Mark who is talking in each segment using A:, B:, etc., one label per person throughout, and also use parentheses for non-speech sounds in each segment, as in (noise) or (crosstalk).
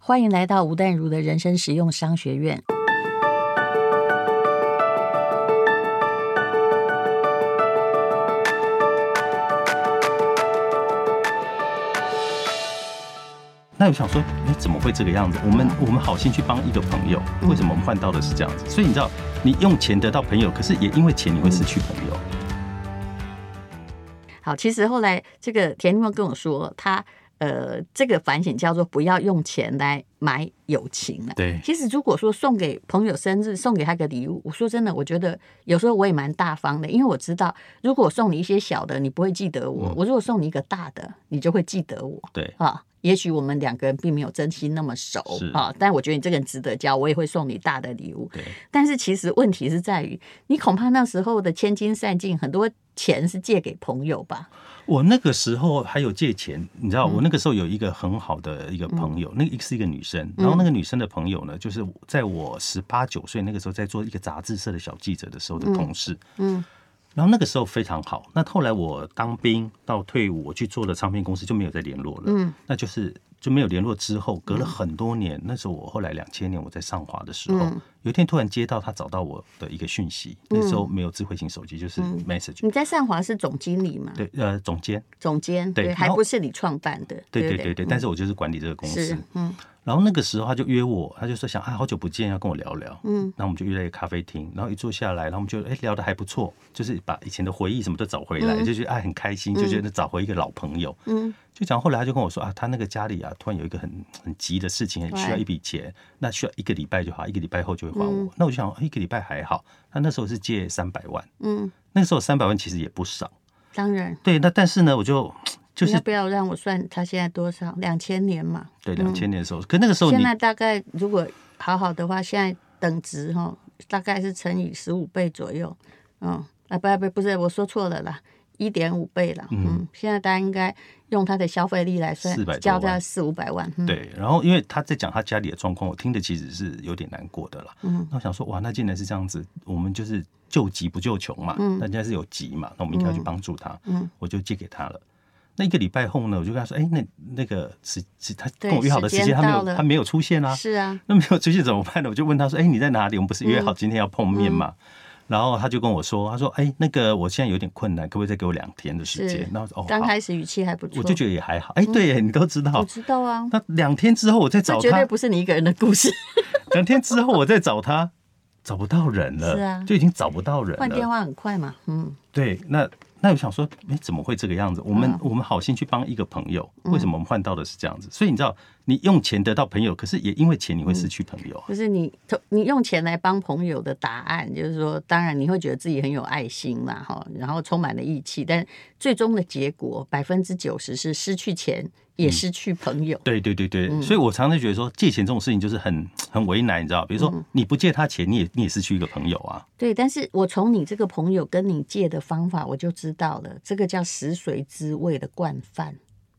A: 欢迎来到吴淡如的人生实用商学院。
B: 那我想说，哎、怎么会这个样子？我们我们好心去帮一个朋友，为什么我们换到的是这样子？所以你知道，你用钱得到朋友，可是也因为钱你会失去朋友。
A: 好，其实后来这个田立梦跟我说，他呃，这个反省叫做不要用钱来买友情了。
B: 对，
A: 其实如果说送给朋友生日送给他个礼物，我说真的，我觉得有时候我也蛮大方的，因为我知道如果我送你一些小的，你不会记得我；
B: 嗯
A: 我如果送你一个大的，你就会记得我。
B: 对，
A: 啊，也许我们两个人并没有真心那么熟
B: 是
A: 啊，但我觉得你这个人值得交，我也会送你大的礼物。
B: 对，
A: 但是其实问题是在于，你恐怕那时候的千金散尽，很多钱是借给朋友吧？
B: 我那个时候还有借钱，你
A: 嗯
B: 知道，我那个时候有一个很好的一个朋友，那个是一个女生，
A: 嗯
B: 然后那个女生的朋友呢，就是在我十八九岁那个时候在做一个杂志社的小记者的时候的同事，
A: 嗯
B: 然后那个时候非常好。那后来我当兵到退伍，我去做了唱片公司，就没有再联络了。
A: 嗯，
B: 那就是就没有联络之后，隔了很多年。那时候我后来两千年我在上华的时候，
A: 嗯
B: 有一天突然接到他找到我的一个讯息，那时候没有智慧型手机，就是
A: 嗯
B: message、
A: 你在上华是总经理嘛？
B: 对，呃，总监，
A: 总监
B: 对然
A: 还
B: 后
A: 不是你创办的，
B: 对
A: 对
B: 对
A: 不
B: 对对，但是我就是管理这个公司
A: 是。嗯
B: 然后那个时候他就约我，他就说想啊，好久不见，要跟我聊聊。
A: 嗯
B: 那我们就约了一个咖啡厅，然后一坐下来，然后我们就哎、聊得还不错，就是把以前的回忆什么都找回来，
A: 嗯
B: 就觉得哎很开心，就觉得找回一个老朋友。
A: 嗯
B: 就讲后来他就跟我说啊，他那个家里啊突然有一个很很急的事情，很需要
A: 对嗯
B: 一笔钱，那需要一个礼拜就好，一个礼拜后就会还我。那我就想、哎一个礼拜还好，那那时候是借三百万，
A: 嗯，
B: 那个时候三百万其实也不少。
A: 当然。
B: 对，那但是呢，我就就
A: 你要
B: 是
A: 不要让我算他现在多少？两千年嘛，
B: 对两千年的时候，可那个时候
A: 嗯现
B: 你
A: 在大概如果好好的话，现在等值哈，大概是乘以十五倍左右。嗯，啊不不不是，我说错了啦，一点五倍了。
B: 嗯
A: 嗯，现在大家应该用他的消费力来算
B: 400多，万
A: 交在四五百万。嗯，
B: 对，然后因为他在讲他家里的状况，我听的其实是有点难过的啦。嗯，那我想说，哇，那既然是这样子，我们就是救急不救穷嘛，嗯，那既然是有急嘛，那我们应该要去帮助他，
A: 嗯，
B: 我就借给他了。那一个礼拜后呢，我就跟他说，哎、那那个时时他
A: 对
B: 跟我约好的时
A: 时间
B: 间，他没
A: 到了
B: 有他没有出现啊，
A: 是啊，
B: 那没有出现怎么办呢？我就问他说，哎、你在哪里？我们不是约好今天要碰面
A: 嗯
B: 嘛？啊然后他就跟我说，他说，哎、那个我现在有点困难，可不可以再给我两天的时
A: 是
B: 间？那我说，哦，
A: 刚
B: 好
A: 开始嗯语气还不错。
B: 我就觉得也还好，哎、对耶，你都知道
A: 我，知道啊，
B: 那两天之后我再
A: 这
B: 找
A: 绝对
B: (laughs) 他，
A: 不是你一个人的故事。
B: 两天之后我再找他，找不到人了，
A: 是啊
B: 就已经找不到人
A: 换电
B: 了。
A: 话很快嘛，嗯，
B: 对，那那我想说，哎、怎么会这个样子？我们、我们好心去帮一个朋友，为什么我们换到的是这样子？所以你知道，你用钱得到朋友，可是也因为钱你会失去朋友啊。
A: 就是你你用钱来帮朋友的答案，就是说，当然你会觉得自己很有爱心啦，哈，然后充满了义气，但最终的结果百分之九十是失去钱，
B: 嗯
A: 也失去朋友。
B: 对对对对，所以我常常觉得说借钱这种事情就是很很为难，你知道？比如说你不借他钱，你也你也失去一个朋友啊。
A: 对，但是我从你这个朋友跟你借的方法，我就知道了，这个叫食髓知味的惯犯。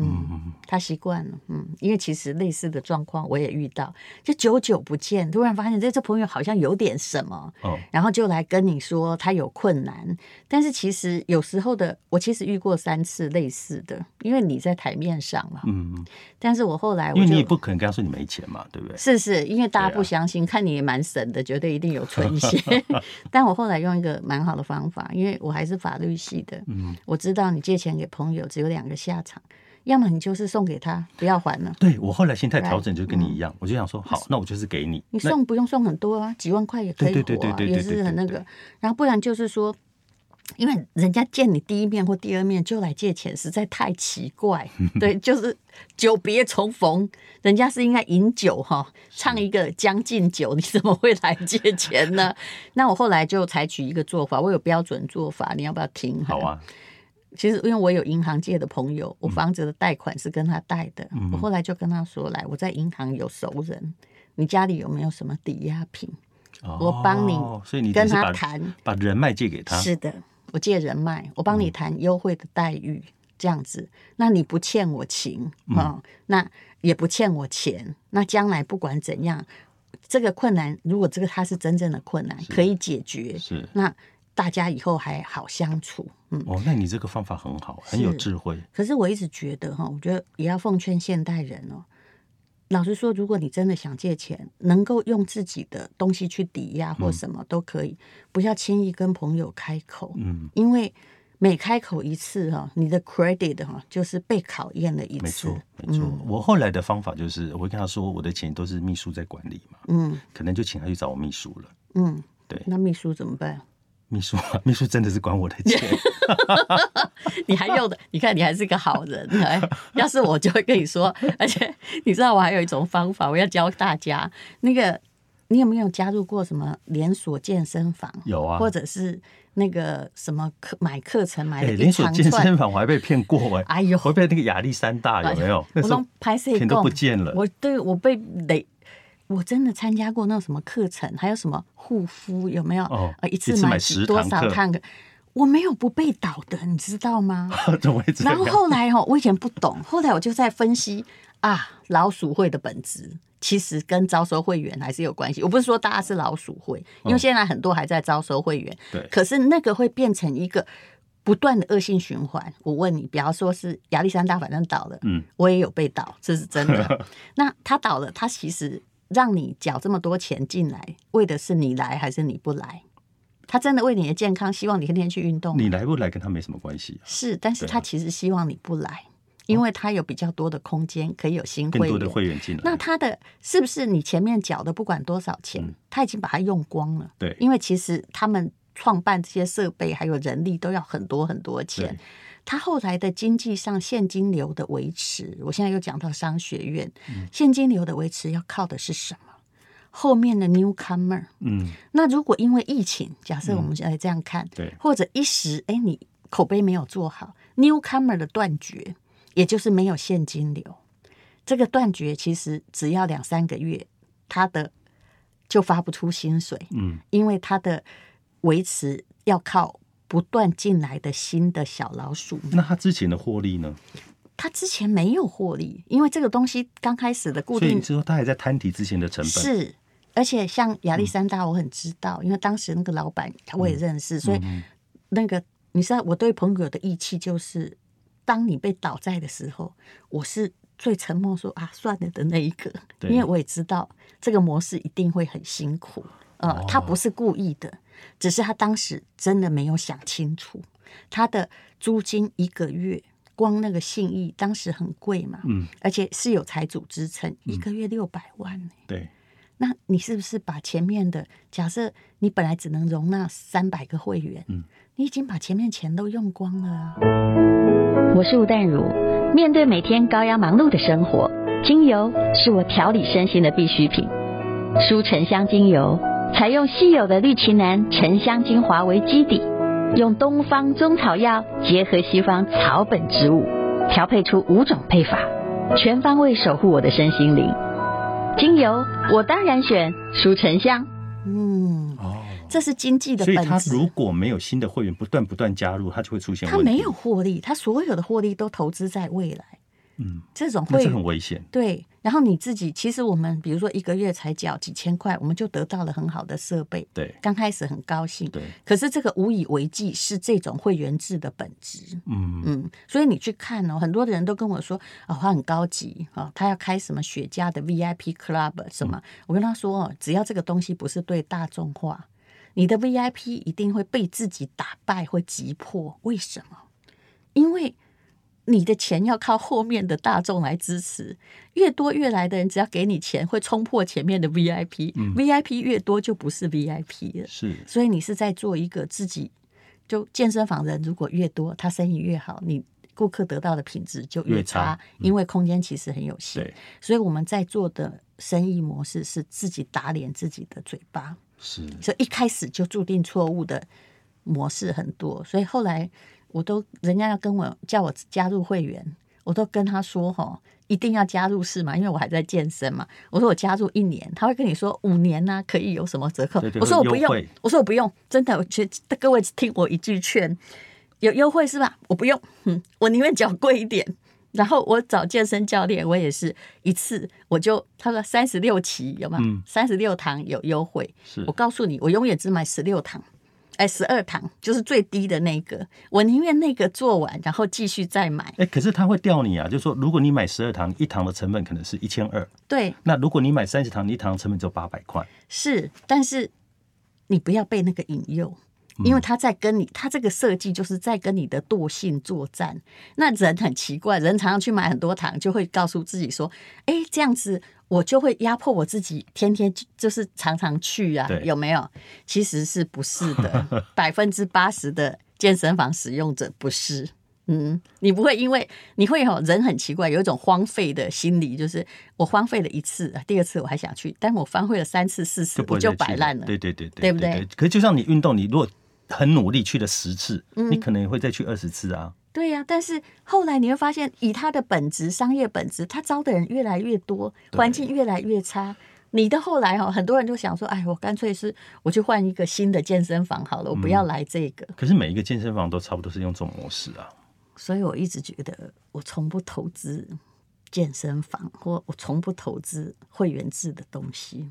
A: 嗯，他习惯了，嗯，因为其实类似的状况我也遇到，就久久不见，突然发现这这朋友好像有点什么，
B: 哦，
A: 然后就来跟你说他有困难，但是其实有时候的，我其实遇过三次类似的，因为你在台面上嘛，
B: 嗯，
A: 但是我后来我就
B: 因为你也不可能跟他说你没钱嘛，对不对？
A: 是是，因为大家
B: 对啊
A: 不相信，看你也蛮神的，觉得一定有
B: (laughs)
A: 存一些。但我后来用一个蛮好的方法，因为我还是法律系的，
B: 嗯，
A: 我知道你借钱给朋友只有两个下场，要么你就是送给他，不要还了。
B: 对我后来心态调整就跟你一样，我就想说，好，那我就是给嗯你，
A: 你
B: 那
A: 送不用送很多啊，几万块也可以
B: 对对对
A: 活啊，
B: 对对
A: 也
B: 对对
A: 是很那
B: 对
A: 个。然后不然就是说，因为人家见你第一面或第二面就来借钱，实在太奇
B: (laughs)
A: 怪。对，就是久别重逢，人家是应该饮酒哈，唱一个《将进酒》，你怎么会来借钱呢？ (laughs) 那我后来就采取一个做法，我有标准做法，你要不要听？
B: 好。啊，
A: 其实因为我有银行界的朋友，我房子的贷款是跟他贷的，
B: 嗯
A: 我后来就跟他说，来，我在银行有熟人，你家里有没有什么抵押品？ (laughs) 我帮你
B: 哦所以你
A: 跟
B: 只是
A: 他
B: 把
A: 谈，
B: 把人脉借给他，嗯
A: 是的，我借人脉，我帮你谈优惠的待遇，这样子，那你不欠我情
B: 嗯
A: 啊、哦那也不欠我钱，那将来不管怎样，这个困难，如果这个他是真正的困难，可以解决，
B: 是
A: 那大家以后还好相处，嗯。
B: 哦，那你这个方法很好，很有智慧，
A: 可是我一直觉得哈，我觉得也要奉劝现代人哦，老实说，如果你真的想借钱，能够用自己的东西去抵押
B: 嗯
A: 或什么都可以，不要轻易跟朋友开口，
B: 嗯，
A: 因为每开口一次哈、你的 credit 哈、就是被考验了一
B: 没
A: 次
B: 错。，没错。我后来的方法就是，我会跟他说，我的钱都是秘书在管理嘛，
A: 嗯
B: 可能就请他去找我秘书了。
A: 嗯，
B: 对
A: 那秘书怎么办？
B: 秘书，啊秘书真的是管我的
A: (laughs)
B: 钱。
A: 你还用的？ (laughs) 你看你还是个好人。哎，要是我就会跟你说， (laughs) 而且你知道我还有一种方法，我要教大家。那个，你有没有加入过什么连锁健身房？
B: 有啊
A: 或者是那个什么课买课程买
B: 哎、
A: 了一
B: 连锁
A: 长
B: 健
A: 串
B: 身。房我还被骗过哎、
A: 哎呦
B: 我被那个亚历山大 (laughs) 有没有？
A: (laughs)
B: 那
A: 我
B: 时候
A: 都拍摄
B: 钱都不见了。
A: 我对我被累，我真的参加过那种什么课程，还有什么护肤有没有？
B: 哦
A: 呃，一次
B: 一次买
A: 几
B: 10
A: 多
B: 堂
A: 少
B: 课
A: 堂课？我没有不被倒的，你知道吗？
B: (laughs) 怎么会 (laughs) 这
A: 然
B: 样
A: 后？后来哦，我以前不懂，后来我就在分析啊，老鼠会的本质其实跟招收会员还是有关系。我不是说大家是老鼠会，
B: 嗯
A: 因为现在很多还在招收会员，
B: 对，
A: 可是那个会变成一个不断的恶性循环。我问你，比方说是亚历山大，反正倒了，
B: 嗯，
A: 我也有被倒，这是真
B: (laughs)
A: 的。那他倒了，他其实让你缴这么多钱进来，为的是你来还是你不来？他真的为你的健康，希望你天天去运动吗。
B: 你来不来跟他没什么关系、啊，
A: 是，但是
B: 对啊哦
A: 他其实希望你不来，因为他有比较多的空间，可以有新
B: 更
A: 会
B: 多的
A: 员。
B: 会员进来。
A: 那他的是不是你前面缴的不管多少钱，他已经把它用光了？
B: 嗯对
A: 因为其实他们创办这些设备还有人力都要很多很多钱
B: 对。
A: 他后来的经济上现金流的维持，我现在又讲到商学院，
B: 嗯
A: 现金流的维持要靠的是什么？后面的 newcomer，
B: 嗯，
A: 那如果因为疫情，假设我们来这样看，
B: 对
A: 或者一时哎你口碑没有做好，newcomer 的断绝，也就是没有现金流，这个断绝其实只要两三个月，他的就发不出薪水，
B: 嗯，
A: 因为他的维持要靠不断进来的新的小老鼠
B: 那他之前的获利呢？
A: 他之前没有获利，因为这个东西刚开始的固
B: 所以
A: 定
B: 你说他还在摊提之前的成本。嗯
A: 是，而且像亚历山大，我很知道，因为当时那个老板我也认识，所以那个你知道，我对朋友的义气就是，当你被倒在的时候，我是最沉默说啊算了的那一个，
B: 对
A: 因为我也知道这个模式一定会很辛苦。
B: 哦
A: 呃，他不是故意的，只是他当时真的没有想清楚，他的租金一个月。光那个信义当时很贵嘛，
B: 嗯，
A: 而且是有财主支撑，一个月六百万、呢。
B: 对，
A: 那你是不是把前面的假设你本来只能容纳三百个会员，
B: 嗯
A: 你已经把前面钱都用光了啊？
C: 我是吴淡如。面对每天高压忙碌的生活，精油是我调理身心的必需品。舒沉香精油采用稀有的绿奇楠沉香精华为基底，用东方中草药结合西方草本植物，调配出五种配法，全方位守护我的身心灵。精油我当然选舒沉香。
A: 嗯，
B: 哦，
A: 这是经济的
B: 所以他
A: 本
B: 如
A: 质。
B: 果没有新的会员不断不断加入，他就会出现
A: 他
B: 问题。
A: 没有，获利，他所有的获利都投资在未来。
B: 嗯，
A: 这种
B: 那
A: 会
B: 是很危险。
A: 对，然后你自己其实我们比如说一个月才缴几千块，我们就得到了很好的设备，
B: 对
A: 刚开始很高兴。
B: 对，
A: 可是这个无以为继是这种会员制的本质。
B: 嗯，
A: 嗯，所以你去看哦，很多人都跟我说啊、他很高级啊、他要开什么雪茄的 VIP club 什么。我跟他说哦，只要这个东西不是对大众化，你的 VIP 一定会被自己打败或击破。为什么？因为你的钱要靠后面的大众来支持，越多越来的人只要给你钱，会冲破前面的 VIP，VIP、VIP 越多就不是 VIP 了。
B: 是
A: 所以你是在做一个自己，就健身房人如果越多，他生意越好，你顾客得到的品质就越
B: 越
A: 差，嗯
B: 差
A: 因为空间其实很有限
B: 对。
A: 所以我们在做的生意模式是自己打脸自己的嘴巴，
B: 是，
A: 所以一开始就注定错误的模式很多。所以后来我都人家要跟我叫我加入会员，我都跟他说哈。一定要加入是吗？因为我还在健身嘛。我说我加入一年，他会跟你说五年呢、可以有什么折扣？
B: 对对
A: 我说我不
B: 有优
A: 用
B: 惠，
A: 我说我不用，真的，我觉得各位听我一句劝，有优惠是吧？我不用，嗯，我宁愿缴贵一点。然后我找健身教练，我也是一次我就他说三十六期有吗
B: 嗯？
A: 三十六堂有优惠，
B: 是
A: 我告诉你，我永远只买十六堂。哎，十二堂就是最低的那个，我宁愿那个做完，然后继续再买。
B: 哎，可是他会吊你啊，就是说，如果你买十二堂，一堂的成本可能是一千二，
A: 对，
B: 那如果你买三十堂，你一堂成本只有八百块。
A: 是，但是你不要被那个引诱，因为他在跟你，他这个设计就是在跟你的惰性作战。那人很奇怪，人常常去买很多糖，就会告诉自己说：“哎，这样子我就会压迫我自己，天天就就是常常去啊，
B: 对
A: 有没有？”其实是不是的？百分之八十的健身房使用者不是。嗯，你不会因为你会有人很奇怪，有一种荒废的心理，就是我荒废了一次，第二次我还想去，但我荒废了三次、四次，
B: 就不
A: 我
B: 会再
A: 就
B: 去
A: 摆烂了。
B: 对对对对，
A: 对不对？
B: 可是就像你运动，你如果很努力去了十次，
A: 嗯
B: 你可能也会再去二十次啊。
A: 对呀、但是后来你会发现，以他的本质、商业本质，他招的人越来越多，
B: 对
A: 环境越来越差。你的后来哈、哦，很多人就想说，哎，我干脆是我去换一个新的健身房好了，我
B: 嗯
A: 不要来这个。
B: 可是每一个健身房都差不多是用这种模式啊。
A: 所以我一直觉得，我从不投资健身房，或我从不投资会员制的东西。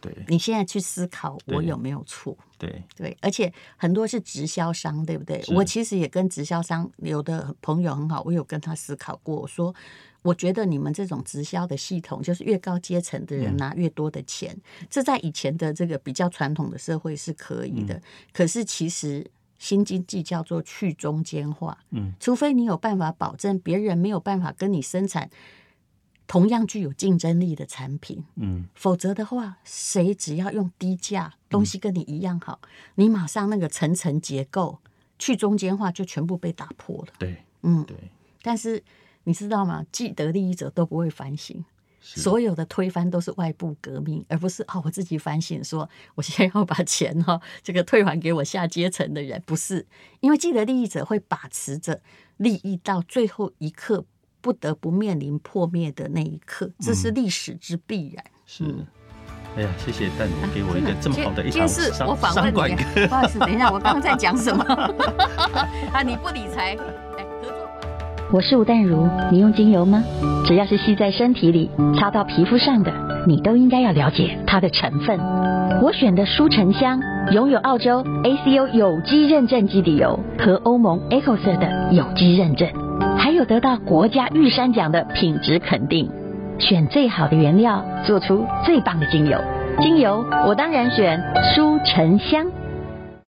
B: 对
A: 你现在去思考，我有没有错？
B: 对，
A: 对，而且很多是直销商，对不对？
B: 是
A: 我其实也跟直销商有的朋友很好，我有跟他思考过，我说我觉得你们这种直销的系统，就是越高阶层的
B: 嗯
A: 人拿越多的钱，这在以前的这个比较传统的社会是可以的。
B: 嗯
A: 可是其实新经济叫做去中间化，
B: 嗯，
A: 除非你有办法保证别人没有办法跟你生产同样具有竞争力的产品，
B: 嗯，
A: 否则的话，谁只要用低价东西跟你一样好，你马上那个层层结构去中间化就全部被打破了。
B: 对
A: 嗯，
B: 对，
A: 但是你知道吗？既得利益者都不会反省，
B: 是
A: 所有的推翻都是外部革命，而不是哦我自己反省说我现在要把钱哈、哦、 (laughs) 这个退还给我下阶层的人，不是因为既得利益者会把持着利益到最后一刻。不得不面临破灭的那一刻，这是历史之必然。
B: 是
A: 嗯。
B: 哎呀，谢谢蛋你给我一
A: 啊真的
B: 个这么好的一
A: 今天
B: 堂
A: 是我
B: 商
A: 访
B: 商
A: 问
B: 管
A: 你
B: 课。，
A: (laughs) 不好意思，等一下，我刚刚在讲什么？ (laughs) 啊，你不理财，哎，合作。
C: 我是吴淡如，你用精油吗？只要是吸在身体里、擦到皮肤上的，你都应该要了解它的成分。我选的舒沉香拥有澳洲 ACO 有机认证基底油和欧盟 ECOS 的有机认证，还有得到国家玉山奖的品质肯定。选最好的原料，做出最棒的精油。精油我当然选舒沉香。